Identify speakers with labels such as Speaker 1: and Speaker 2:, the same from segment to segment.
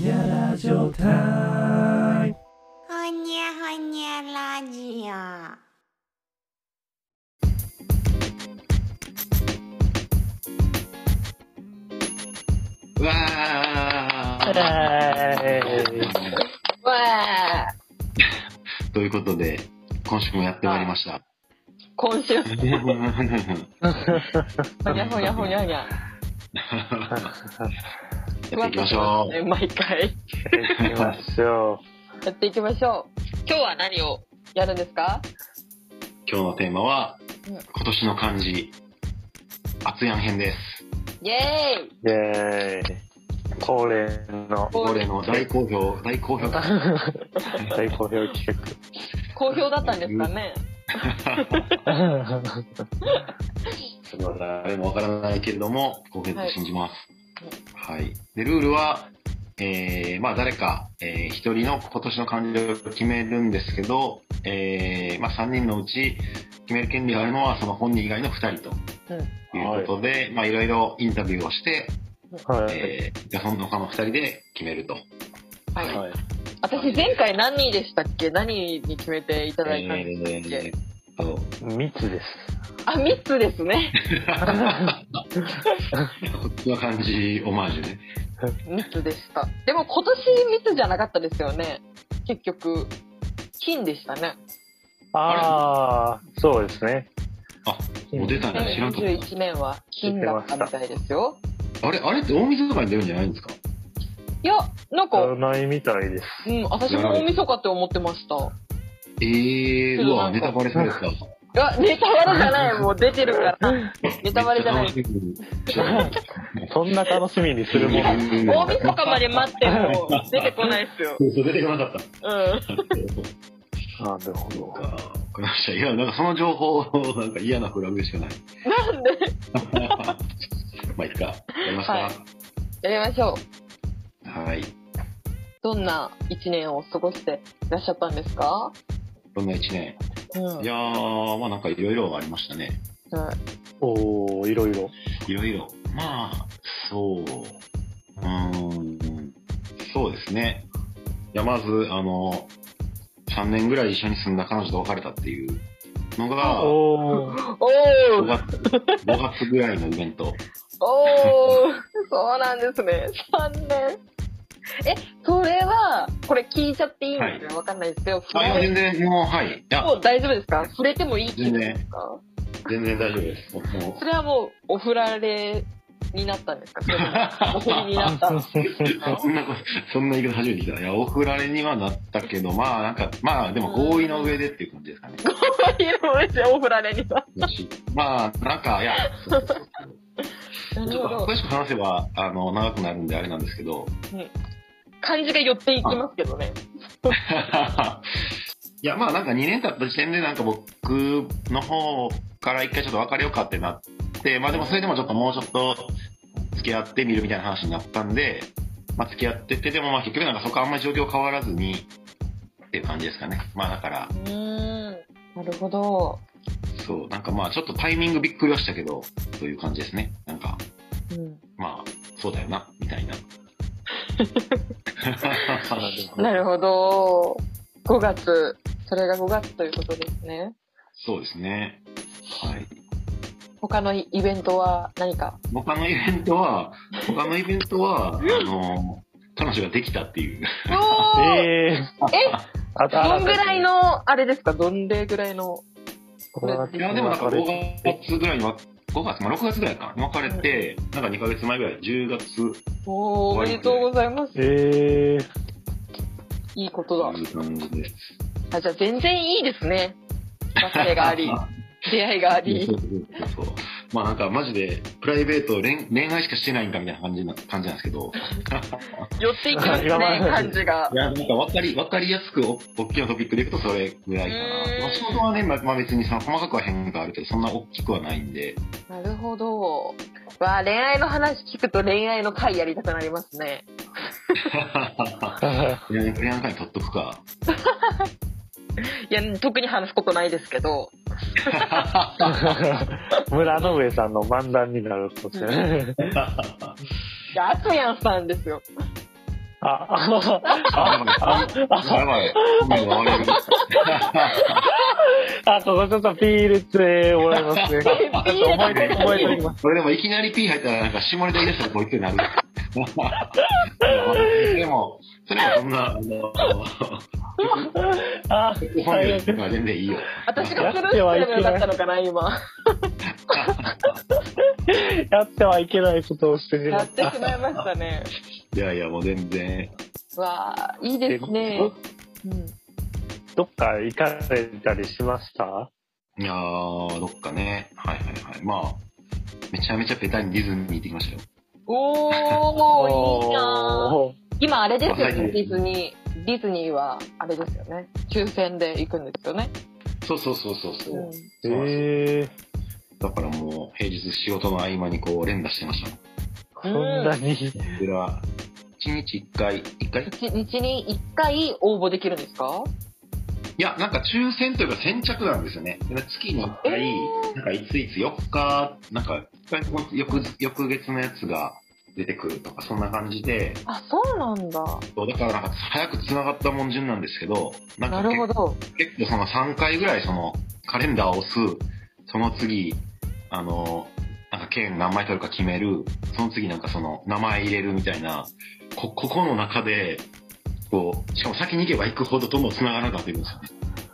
Speaker 1: ジオタイム
Speaker 2: ほにゃほにゃラジオ。
Speaker 3: わー
Speaker 4: わあ、
Speaker 3: ということで、今週もやってまいりました。
Speaker 4: 今週、
Speaker 3: や
Speaker 4: ほにゃほにゃほにゃほにゃ。
Speaker 3: っていきましょ
Speaker 4: ね毎回。
Speaker 5: 行きましょ
Speaker 4: やっていきましょう。今日は何をやるんですか
Speaker 3: う。今日のテーマは、
Speaker 4: うん
Speaker 3: 今年の漢字、厚やん編です。
Speaker 4: イェー
Speaker 5: う。イェー
Speaker 4: イ
Speaker 5: イ。恒例の
Speaker 4: お
Speaker 3: これの大好評、大好評。
Speaker 5: 大好評企
Speaker 4: 好評だったんですかね
Speaker 5: 画。
Speaker 3: それは誰もわからないけれども、好評と信じます。はい。で、ルールは、えー、まあ誰か、えー、一人の今年の漢字を決めるんですけど、えー、まあ3人のうち決める権利があるのはその本人以外の2人と。いうことで、まあいろいろインタビューをして、
Speaker 5: はい。
Speaker 3: えー、じゃあその他の2人で決めると。
Speaker 4: はい。
Speaker 5: はい。
Speaker 4: 私、前回何位でしたっけ何に決めていただいたんで
Speaker 3: えーっ と、
Speaker 5: 未知です。
Speaker 4: すか、あ、3つですね。
Speaker 3: こっちの漢字オマージュね。
Speaker 4: 3つでした。でも今年3つじゃなかったですよね。結局、金でしたね。
Speaker 5: ああ、そうですね。
Speaker 3: あ、もう出たんだ、知らんかっ
Speaker 4: 2021年は金だったみたいですよ。
Speaker 3: た。あれ、あれって大晦日に出るんじゃないんですか
Speaker 4: いや、なんか、
Speaker 5: ないみたいです。
Speaker 4: うん、私も大晦日って思ってました。
Speaker 3: ええー、うわ、
Speaker 4: ちょ
Speaker 3: ネ
Speaker 4: っと
Speaker 3: タ
Speaker 4: なんか
Speaker 3: バレされてた。
Speaker 4: いや、ネタバレじゃない、もう出てるから。 ネタバレじゃない。
Speaker 3: めっちゃ楽し
Speaker 5: そんな楽しみにす
Speaker 3: み
Speaker 5: るも
Speaker 3: に
Speaker 5: ん。
Speaker 3: してる。
Speaker 4: 大晦日まで待っても出てこないっすよ。
Speaker 3: そうそう出てこなかった。
Speaker 4: うん。
Speaker 5: なるほど。
Speaker 3: わかりました。いや、なんかその情報、なんか嫌なフラグでしかない。
Speaker 4: なんで
Speaker 3: まあ、いっか。やります
Speaker 4: はい
Speaker 3: か。
Speaker 4: やりましょう。
Speaker 3: はい。
Speaker 4: どんな一年を過ごしていらっしゃったんですか
Speaker 3: どんな一年。
Speaker 4: うん。
Speaker 3: いやー、まあなんかいろいろありましたね。
Speaker 4: はい
Speaker 5: おー、いろいろ。
Speaker 3: いろいろ。まあ、そう。うーん。そうですね。いや、まず、あの、3年ぐらい一緒に住んだ彼女と別れたっていうのが、
Speaker 5: おー。
Speaker 4: お
Speaker 3: 5
Speaker 4: ー
Speaker 3: 月 ,5 月ぐらいのイベント。
Speaker 4: おーそうなんですね。3年。え、それは、これ聞いちゃっていいんですかわかんないですけど、触
Speaker 3: あ、いや、
Speaker 4: れ
Speaker 3: 全然、もう、はい。いや
Speaker 4: も、う大丈夫ですか触れてもいい気分ですか
Speaker 3: 全然大丈夫です。もうも
Speaker 4: それはもう、おふられになった んですかそれとも おふりになったんですか
Speaker 3: うそんなこと、そんな言い方初めて聞いた。いや、送られにはなったけど、まあ、なんか、まあ、でも合意の上でっていう感じですか ね。
Speaker 4: いやもうめっちゃおふられになっ
Speaker 3: よしまあ、なんか、いや、そうそう
Speaker 4: た。
Speaker 3: そうちょっと詳しく話せば、あの、長くなるんであれなんですけど。
Speaker 4: 感じが寄っていきますけどね。
Speaker 3: いや、まあ、なんか2年経った時点で、なんか僕の方から一回ちょっと別れようかってなって、まあでもそれでもちょっともうちょっと付き合ってみるみたいな話になったんで、まあ付き合ってて、でもまあ結局なんかそこはあんまり状況変わらずにっていう感じですかね。まあだから
Speaker 4: う、ーん。なるほど。
Speaker 3: そう、なんかまあちょっとタイミングびっくりはしたけど、という感じですね。なんか、
Speaker 4: うん、
Speaker 3: まあ、そうだよな、みたいな。
Speaker 4: なるほど。5月。それが5月ということですね。
Speaker 3: そうですね。はい。
Speaker 4: 他のイベントは何か。
Speaker 3: 他のイベントは、他のイベントは、あの、彼女ができたっていう。
Speaker 4: おー
Speaker 5: えー。あ
Speaker 4: どんぐらいの、あれですかどんでぐらいの。
Speaker 3: いや、でもなんか5月ぐらいには、5月、まあ6月ぐらいかな、別れて、なんか2ヶ月前ぐらい、10月、
Speaker 4: おー、おめでとうございます。
Speaker 5: えー。
Speaker 4: いいこと
Speaker 3: と
Speaker 4: だ。
Speaker 3: いう感じです。
Speaker 4: あじゃあ全然いいですね。別れがあり、出会いがあり。
Speaker 3: そうそうそうまあなんかマジで、プライベート恋、恋愛しかしてないんかみたいな感じな感じなんですけど、
Speaker 4: 寄っていきますね、
Speaker 5: 今まで
Speaker 4: 感じが
Speaker 3: い。や、なんか分かり、分かりやすくお、大きなトピックでいくとそれぐらいかな。ま
Speaker 4: う
Speaker 3: あ
Speaker 4: ん
Speaker 3: 仕事はね、まあまあ別にその細かくは変化あるけど、そんな大きくはないん で、
Speaker 4: なるほど。わあ、恋愛の話聞くと恋愛の回やりたくなりますね。
Speaker 3: 恋愛恋愛会に取っとくか。
Speaker 4: いや、特に話すことないですけど。
Speaker 5: 村の上さんの 漫談になるとですね。
Speaker 4: いやあとやんさんですよ。
Speaker 5: あ、あ、
Speaker 3: あ、あ、やばい。もう終われる。
Speaker 5: あと、ちょっとピー入れてもらいますね。覚えて、覚えておきます。
Speaker 3: それでもいきなり P 入ったらなんか下ネタ言い出したらこいつになる。でも、それもそんな、あの、
Speaker 5: あ、
Speaker 3: 本
Speaker 5: 最
Speaker 3: 人
Speaker 5: 悪。
Speaker 3: とか全然いいよ。
Speaker 4: 私がスルーしてればよかったのかな、今。
Speaker 5: やってはいけないことをしてしま
Speaker 4: や
Speaker 5: っ
Speaker 4: ってしまいましたね。
Speaker 3: いやいや、もう全然。
Speaker 4: わあ、いいですね。うん
Speaker 5: た。 どっか行かれたりしました
Speaker 3: いやー、どっかね。はいはいはい。まあ、めちゃめちゃペタにディズニー行ってきましたよ。
Speaker 4: おー、いいなー。
Speaker 5: おー
Speaker 4: 今あれですよ
Speaker 3: は
Speaker 4: ね、
Speaker 3: い
Speaker 4: ディズニー。ディズニーは、あれですよね。抽選で行くんですよね。
Speaker 3: そうそうそうそうそうう。
Speaker 4: ん
Speaker 5: ええ
Speaker 3: だからもう、平日仕事の合間にこう、連打してましたもん。
Speaker 5: そんなに。
Speaker 3: これは、1日1回、1回
Speaker 4: 一日に一回応募できるんですか
Speaker 3: いや、なんか抽選というか先着なんですよね。月に1回、なんかいついつ4日、なんか翌翌月のやつが出てくるとか、そんな感じで、
Speaker 4: あ、そうなんだ。
Speaker 3: そうだからなんか早く繋がったもん順なんですけど、なん
Speaker 4: な
Speaker 3: か
Speaker 4: るほ
Speaker 3: 結
Speaker 4: ど。
Speaker 3: 結構その3回ぐらいそのカレンダーを押す、その次、あの、なんか県何枚取るか決める、その次なんかその名前入れるみたいな、こ、ここの中で、こう、しかも先に行けば行くほどどんどん繋がらなくなっていくんですよね。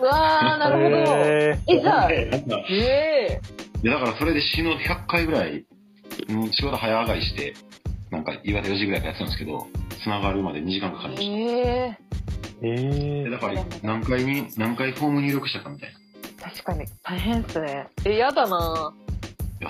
Speaker 4: うわー、なるほど。
Speaker 5: え
Speaker 4: え、じゃあ、
Speaker 3: でなんか
Speaker 4: え
Speaker 3: いやだからそれで死ぬ100回ぐらい、うん、仕事早上がりして、なんか岩手4時ぐらいからやってたんですけど、繋がるまで2時間かかりま
Speaker 4: ー、
Speaker 3: し
Speaker 4: え
Speaker 5: ー、え
Speaker 3: た。でだ
Speaker 5: ー、
Speaker 3: から何回に、何回フォーム入力したかみたい
Speaker 4: ー、確かに大変っすね。え、やだな
Speaker 3: な。
Speaker 4: ぁ。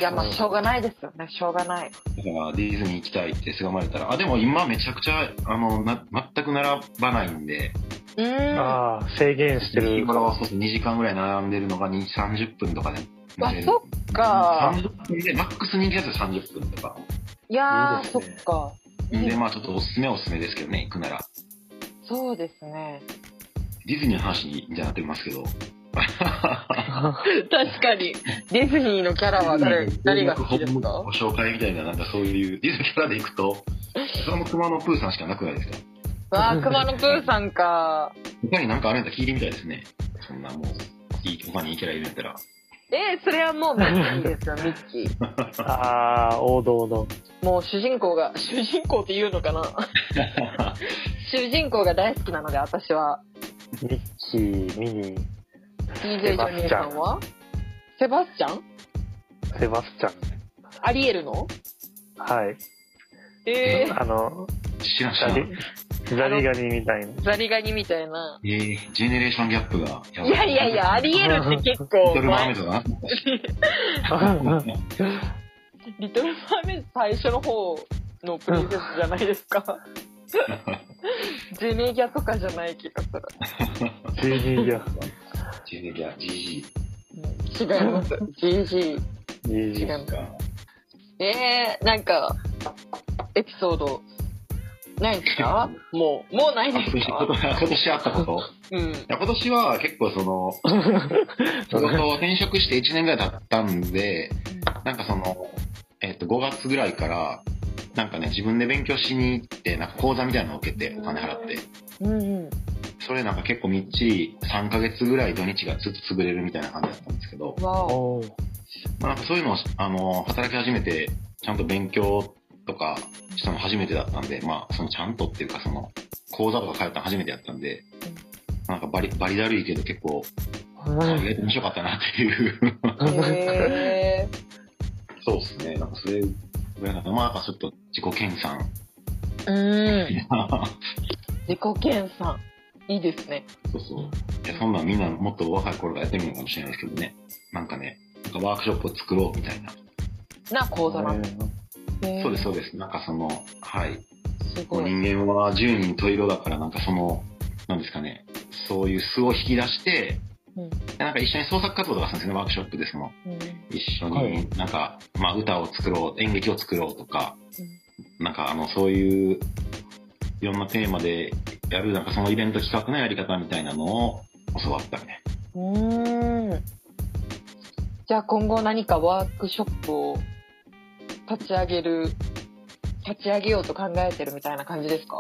Speaker 4: いや、まあ、しょうが
Speaker 3: い
Speaker 4: ないですよね。しょうがない。
Speaker 3: や。だからディズニー行きたいってすがまれたら、あ、でも今めちゃくちゃ、あの、な全く並ばないんで、
Speaker 4: うーん。
Speaker 5: ああ、制限して
Speaker 3: 日
Speaker 5: る。
Speaker 3: 頃はそうそう2時間ぐらい並んでるのが2、30分とかで、
Speaker 4: あ
Speaker 3: ね。
Speaker 4: そっか
Speaker 3: 30分で、マックス人気やつで30分とか。
Speaker 4: いや
Speaker 5: い
Speaker 4: ー、
Speaker 5: い
Speaker 4: そ
Speaker 5: で
Speaker 4: っ
Speaker 5: すね
Speaker 4: か。
Speaker 3: で、まあちょっとおすすめはおすすめですけどね、行くなら。
Speaker 4: そうですね。
Speaker 3: ディズニーの話にみたいになってますけど。
Speaker 4: 確かに。ディズニーのキャラは誰、誰が好きですか
Speaker 3: ご紹介みたいな、なんかそういう、ディズニーキャラで行くと、その熊のプーさんしかなくないですか
Speaker 4: わー、熊野プーさんか。
Speaker 3: 他になんかあるんだったら聞いてみたいですね。そんなもう、いい、他にいいキャラいるんやったら。
Speaker 4: えー、それはもうミッキーですよ、ミッキー。
Speaker 5: ああ、王道の。
Speaker 4: もう主人公が、 主人公って言うの かな主人公が大好きなので、私は。
Speaker 5: ミッキー、ミニー、
Speaker 4: DJ ジョニーさんはセバスチャン
Speaker 5: セバスチャン。
Speaker 4: アリエルの
Speaker 5: はい。
Speaker 4: え
Speaker 5: あの、
Speaker 3: 知らん知
Speaker 5: ザ リ
Speaker 3: らん。、
Speaker 5: ザリガニみたいな。
Speaker 4: ー、ザリガニみたいな。
Speaker 3: えー、ジェネレーションギャップがやば
Speaker 4: いやいやいや、アリエルって結
Speaker 3: リ
Speaker 4: 構
Speaker 3: トルマーメ
Speaker 4: 前
Speaker 3: イ、ドだな。
Speaker 4: リトル・マーメイド最初の方のプリンセスじゃないですか。ジェネギャとかじゃない気がする。
Speaker 5: ジーニーが。
Speaker 3: ジェネギャ、GG。
Speaker 4: 違います。GG。
Speaker 5: ジー
Speaker 4: 違
Speaker 5: ニ
Speaker 4: い
Speaker 5: ー。
Speaker 4: ます。えー、なんか、エピソード、ないですかもう、もうない
Speaker 3: あ
Speaker 4: です
Speaker 3: 今
Speaker 4: か
Speaker 3: 年今年あったこと
Speaker 4: うん。
Speaker 3: いや今年は結構その、仕事を転職して1年ぐらい経ったんで、なんかその、えっと5月ぐらいから、なんかね、自分で勉強しに行って、なんか講座みたいなのを受けて、お金払って、
Speaker 4: うんうん。
Speaker 3: それなんか結構みっちり3ヶ月ぐらい土日がずっと潰れるみたいな感じだったんですけど、
Speaker 4: わお。
Speaker 5: おー
Speaker 3: まあ、なんかそういうのを、あの、働き始めて、ちゃんと勉強とかしたの初めてだったんで、まあ、そのちゃんとっていうか、その、講座とか通ったの初めてやったんで、なんかバリ、バリだるいけど結構、意外と面白かったなっていう。
Speaker 4: へ
Speaker 3: そうですね。なんかそれぐらいかな。まあ、なんかちょっと自己研鑽。
Speaker 4: ー。うん。自己研鑽。いいですね。
Speaker 3: そうそう。いや、そんなんみんなもっと若い頃からやってみるのかもしれないですけどね。なんかね、なんかワークショップを作ろうみたいな。
Speaker 4: な講座なんですね。
Speaker 3: そうです、そう
Speaker 4: で
Speaker 3: です。なんかその、はい。
Speaker 4: す。すごい。
Speaker 3: 人間は10人十色だから、なんかその、なんですかね、そういう素を引き出して、
Speaker 4: うん
Speaker 3: でなんか一緒に創作活動とかするんですよね、ワークショップでその、
Speaker 4: うん
Speaker 3: 一緒
Speaker 5: は
Speaker 3: に
Speaker 5: い
Speaker 3: なんか、まあ、歌を作ろう演劇を作ろうとか、
Speaker 4: う
Speaker 3: なんかあのそういういろんなテーマでやるなんかそのイベント企画のやり方みたいなのを教わったね
Speaker 4: うーん。じゃあ今後何かワークショップを立ち上げる、立ち上げようと考えてるみたいな感じですか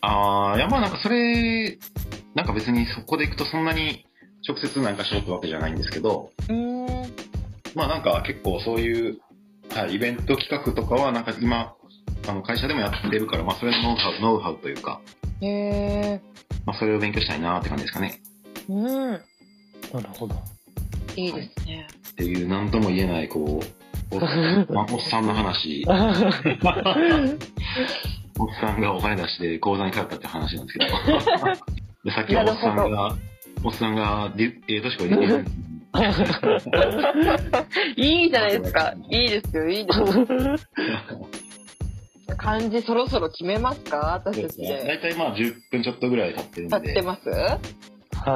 Speaker 3: ああ、いやまあなんかそれ、なんか別にそこで行くとそんなに直接なんかしろってわけじゃないんですけど、
Speaker 4: うーん。
Speaker 3: まあなんか結構そういう、はい、イベント企画とかはなんか今、あの会社でもやってるから、まあそれのノウハウ、ノウハウというか、
Speaker 4: へえ。
Speaker 3: まあそれを勉強したいなって感じですかね。
Speaker 4: うん。
Speaker 5: なるほど。
Speaker 4: いいですね。
Speaker 3: っていう何とも言えない、こう、おっ まあおっさんの話、おっさんがお金出して口座に通ったって話なんですけ ど。でさっきはおっさん
Speaker 4: な
Speaker 3: が、おっさんがディ、ええ年こいでディズニ ー
Speaker 4: いいじゃないですか。いいですよ、いいですよ。漢字そろそろ決めますか私
Speaker 3: そうで
Speaker 4: たち
Speaker 3: すね。
Speaker 4: で。
Speaker 3: 大体まあ10分ちょっとぐらい経ってるん
Speaker 4: 立って
Speaker 3: で、
Speaker 4: ます
Speaker 5: は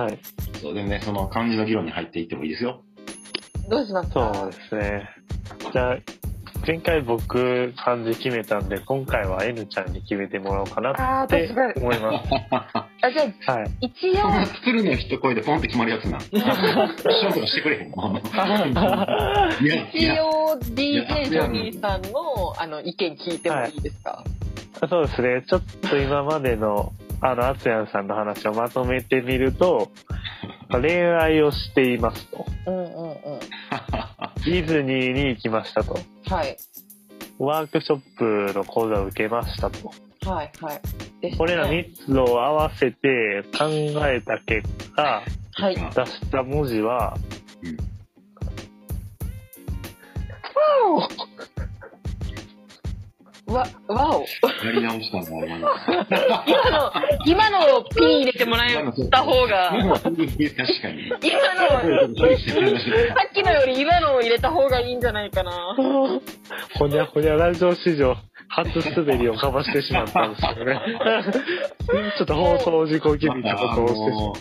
Speaker 5: い。
Speaker 3: そうでね、その漢字の議論に入っていってもいいです よ。
Speaker 4: どうしますか
Speaker 5: そうですね。じゃあ、前回僕、漢字決めたんで、今回は N ちゃんに決めてもらおうかな
Speaker 4: ああ、
Speaker 5: って
Speaker 4: 確かに。
Speaker 5: 思いま
Speaker 4: あ、じゃあ、
Speaker 5: す。 はい。
Speaker 4: 一
Speaker 3: そん
Speaker 4: 応、
Speaker 3: な鶴の一声でポンって決まるやつな。ショートしてくれへん の。いや、い
Speaker 4: 一
Speaker 3: や、
Speaker 4: 応 DJ ジョニーさんのあの意見聞いてもいいですか、
Speaker 5: そうですね。ちょっと今までの、あの、アツヤンさんの話をまとめてみると、恋愛をしていますと。
Speaker 4: うんうんうん。
Speaker 5: ディズニーに行きましたと。
Speaker 4: はい。
Speaker 5: ワークショップの講座を受けましたと。
Speaker 4: はいはい。ですね
Speaker 5: これら3つを合わせて考えた結果、
Speaker 4: はい。
Speaker 5: 出した文字は、
Speaker 3: うん
Speaker 4: わ、わお。
Speaker 3: やり直したんだ、今の。
Speaker 4: 今の、今のピン入れてもらった方が、
Speaker 3: 確かに。
Speaker 4: 今の、
Speaker 3: は
Speaker 4: さっきのより今のを入れた方がいいんじゃないかな。
Speaker 5: ほにゃほにゃラジオ史上初滑りをかましてしまったんですよね。 ちょっと放送事故気味なことをしてしまっ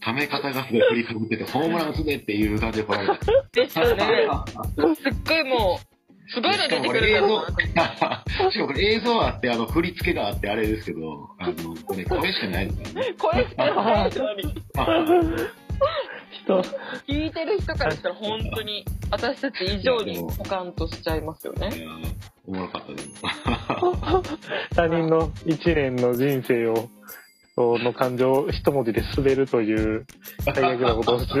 Speaker 3: ため方がすごい振りかぶってて、ホームランすべっていう感じで来られた。
Speaker 4: ですよね。すっごいもう、すごいの出てくるかな。
Speaker 3: しかもこれ映像あって、あの、振り付けがあって、あれですけど、あの、これ、声しかないですからね。
Speaker 4: 声しかないのに、
Speaker 5: た。
Speaker 4: 聞いてる人からしたら本当に、私たち以上にポカンとしちゃいますよね。
Speaker 3: いやおもろかったです。
Speaker 5: 他人の一年の人生を、の感情を一文字で滑るという最悪なことをして、
Speaker 3: い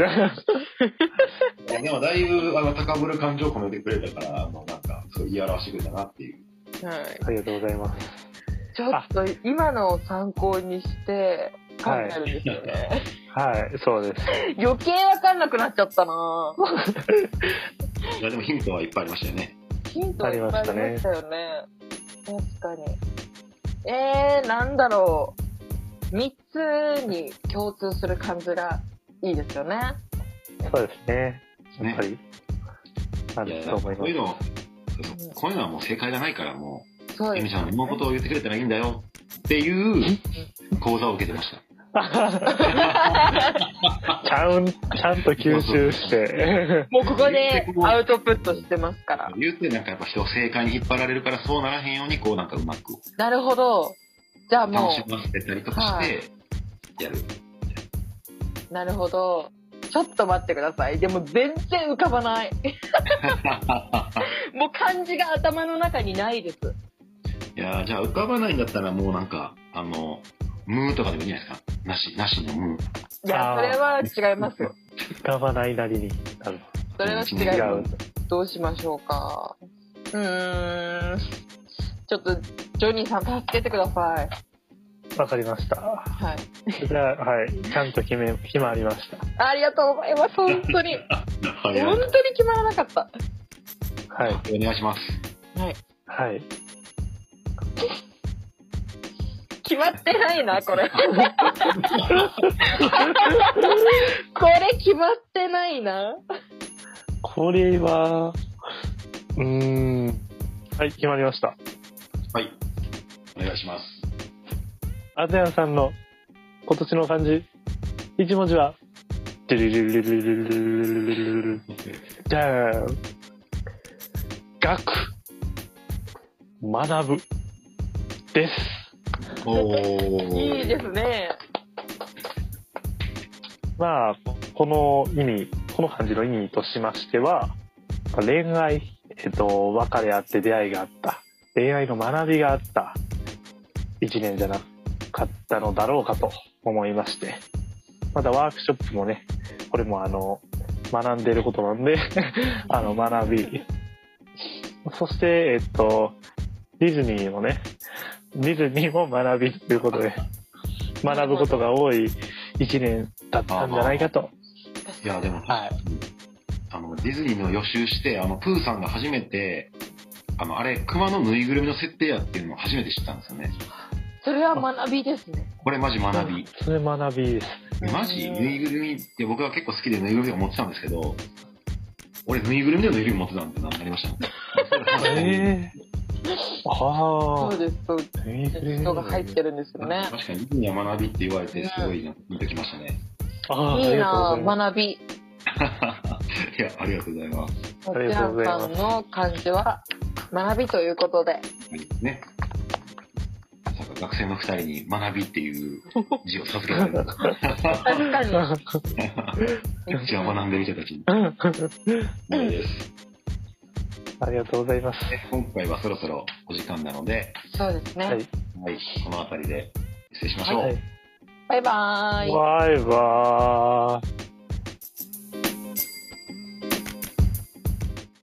Speaker 3: やでもだいぶあの高ぶる感情を込めてくれたから、あのなんか、そう言い表してくれたなっていう。
Speaker 4: はい。
Speaker 5: ありがとうございます。
Speaker 4: ちょっと今のを参考にして、考えるんですよね。
Speaker 5: はい、そうです。
Speaker 4: 余計わかんなくなっちゃったなぁ
Speaker 3: いやでもヒントはいっぱいありましたよね。
Speaker 4: ヒントいっぱいありましたよね。確かに。えー、なんだろう。三つに共通する感じがいいですよね。
Speaker 5: そうですね。やっ
Speaker 3: ね
Speaker 5: ぱ。り、あ
Speaker 3: いや
Speaker 5: ると
Speaker 3: こ
Speaker 5: 思いうま
Speaker 3: いう
Speaker 5: す。
Speaker 3: の、こういうのはもう正解がないから、も
Speaker 4: そう
Speaker 3: う、エ
Speaker 4: で
Speaker 3: ミ
Speaker 4: す
Speaker 3: ちゃ
Speaker 4: よ
Speaker 3: ん
Speaker 4: ね
Speaker 3: の思うことを言ってくれたらいいんだよっていう講座を受けてました。
Speaker 5: ち ゃん、ちゃんと吸収して。
Speaker 4: もうここでアウトプットしてますから。
Speaker 3: 言うてなんかやっぱ人を正解に引っ張られるから、そうならへんように、こうなんかうまく
Speaker 4: なるほど。じゃあ
Speaker 3: 楽
Speaker 4: も
Speaker 3: しませてたりとかして、やる。
Speaker 4: う、なるほど。ちょっと待ってください。でも全然浮かばない。もう漢字が頭の中にないです。
Speaker 3: いやーじゃあ浮かばないんだったらもうなんか、あの、ムーとかでもいいんじゃないですか。なし、なしのムー。
Speaker 4: いや、
Speaker 5: あ
Speaker 4: そ
Speaker 5: ー
Speaker 4: れは違いますよ。
Speaker 5: 浮かばないなりになる。
Speaker 4: それは違
Speaker 5: 違
Speaker 4: いうま。す。どうしましょうか。うーん。ちょっと、ジョニーさん助けてください。
Speaker 5: わかりました。
Speaker 4: はい。
Speaker 5: じゃあ、はい。ちゃんと決め、決まりました。
Speaker 4: ありがとうございます。本当 に。
Speaker 3: は
Speaker 4: 本当に決まらなかった。
Speaker 5: はい。
Speaker 3: お願いします。
Speaker 4: はい。
Speaker 5: はい。
Speaker 4: 決まってないな、こ れ。これ決まってないな。
Speaker 5: これは、うーん。はい、決まりました。
Speaker 3: はい。お願いします。
Speaker 5: アゼアンさんの今年の漢字、一文字は、じゃーん。学、学ぶ、です。
Speaker 3: おお。
Speaker 4: いいですね。
Speaker 5: まあ、この意味、この漢字の意味としましては、恋愛、えっと、別れあって出会いがあった。恋愛の学びがあった。一年じゃなかったのだろうかと思いまして、まだワークショップもね、これもあの、学んでいることなんで、 あの、学び。そして、えっと、ディズニーもね、ディズニーも学びということで、学ぶことが多い一年だったんじゃないかと。
Speaker 3: いや、でも、
Speaker 5: はい。
Speaker 3: あの、ディズニーの予習して、あの、プーさんが初めて、あの、あれ、熊のぬいぐるみの設定やっていうのを初めて知ったんですよね。
Speaker 4: それは学びですね。
Speaker 3: これマジ学び。
Speaker 5: それ学びです。
Speaker 3: マジぬいぐるみって僕は結構好きでぬいぐるみを持ってたんですけど、俺ぬいぐるみでぬいぐるみ持ってたんってなりましたね。
Speaker 5: えー、あ
Speaker 4: そ
Speaker 5: あ
Speaker 4: う。です、そうです。
Speaker 5: ぬいぐるみ
Speaker 4: 人が入ってるんですよね。
Speaker 3: 確かに、ディズニーは学びって言われて、すごいな、見てきましたね。
Speaker 5: ああ、あ
Speaker 4: いい
Speaker 5: りがとうご
Speaker 4: な
Speaker 5: ざい
Speaker 4: ぁ、
Speaker 5: ます。
Speaker 4: 学び。
Speaker 3: いや、ありがとうございます。
Speaker 4: も
Speaker 5: あり
Speaker 4: ち
Speaker 5: が
Speaker 4: ら
Speaker 5: とうござ
Speaker 4: ん
Speaker 5: いま
Speaker 4: さ
Speaker 5: す
Speaker 4: んの漢字は、学びということで。
Speaker 3: ね。まさか学生の二人に学びっていう字を授けられた。
Speaker 4: 確かに。
Speaker 3: 一応学んでる人たちに。いいです。
Speaker 5: ありがとうございます。
Speaker 3: ね今回はそろそろお時間なので、
Speaker 4: そうですね。
Speaker 5: はい。
Speaker 3: はい、この辺りで失礼しましょう。
Speaker 5: はい。
Speaker 4: バイバーイ。
Speaker 5: バイバーイ。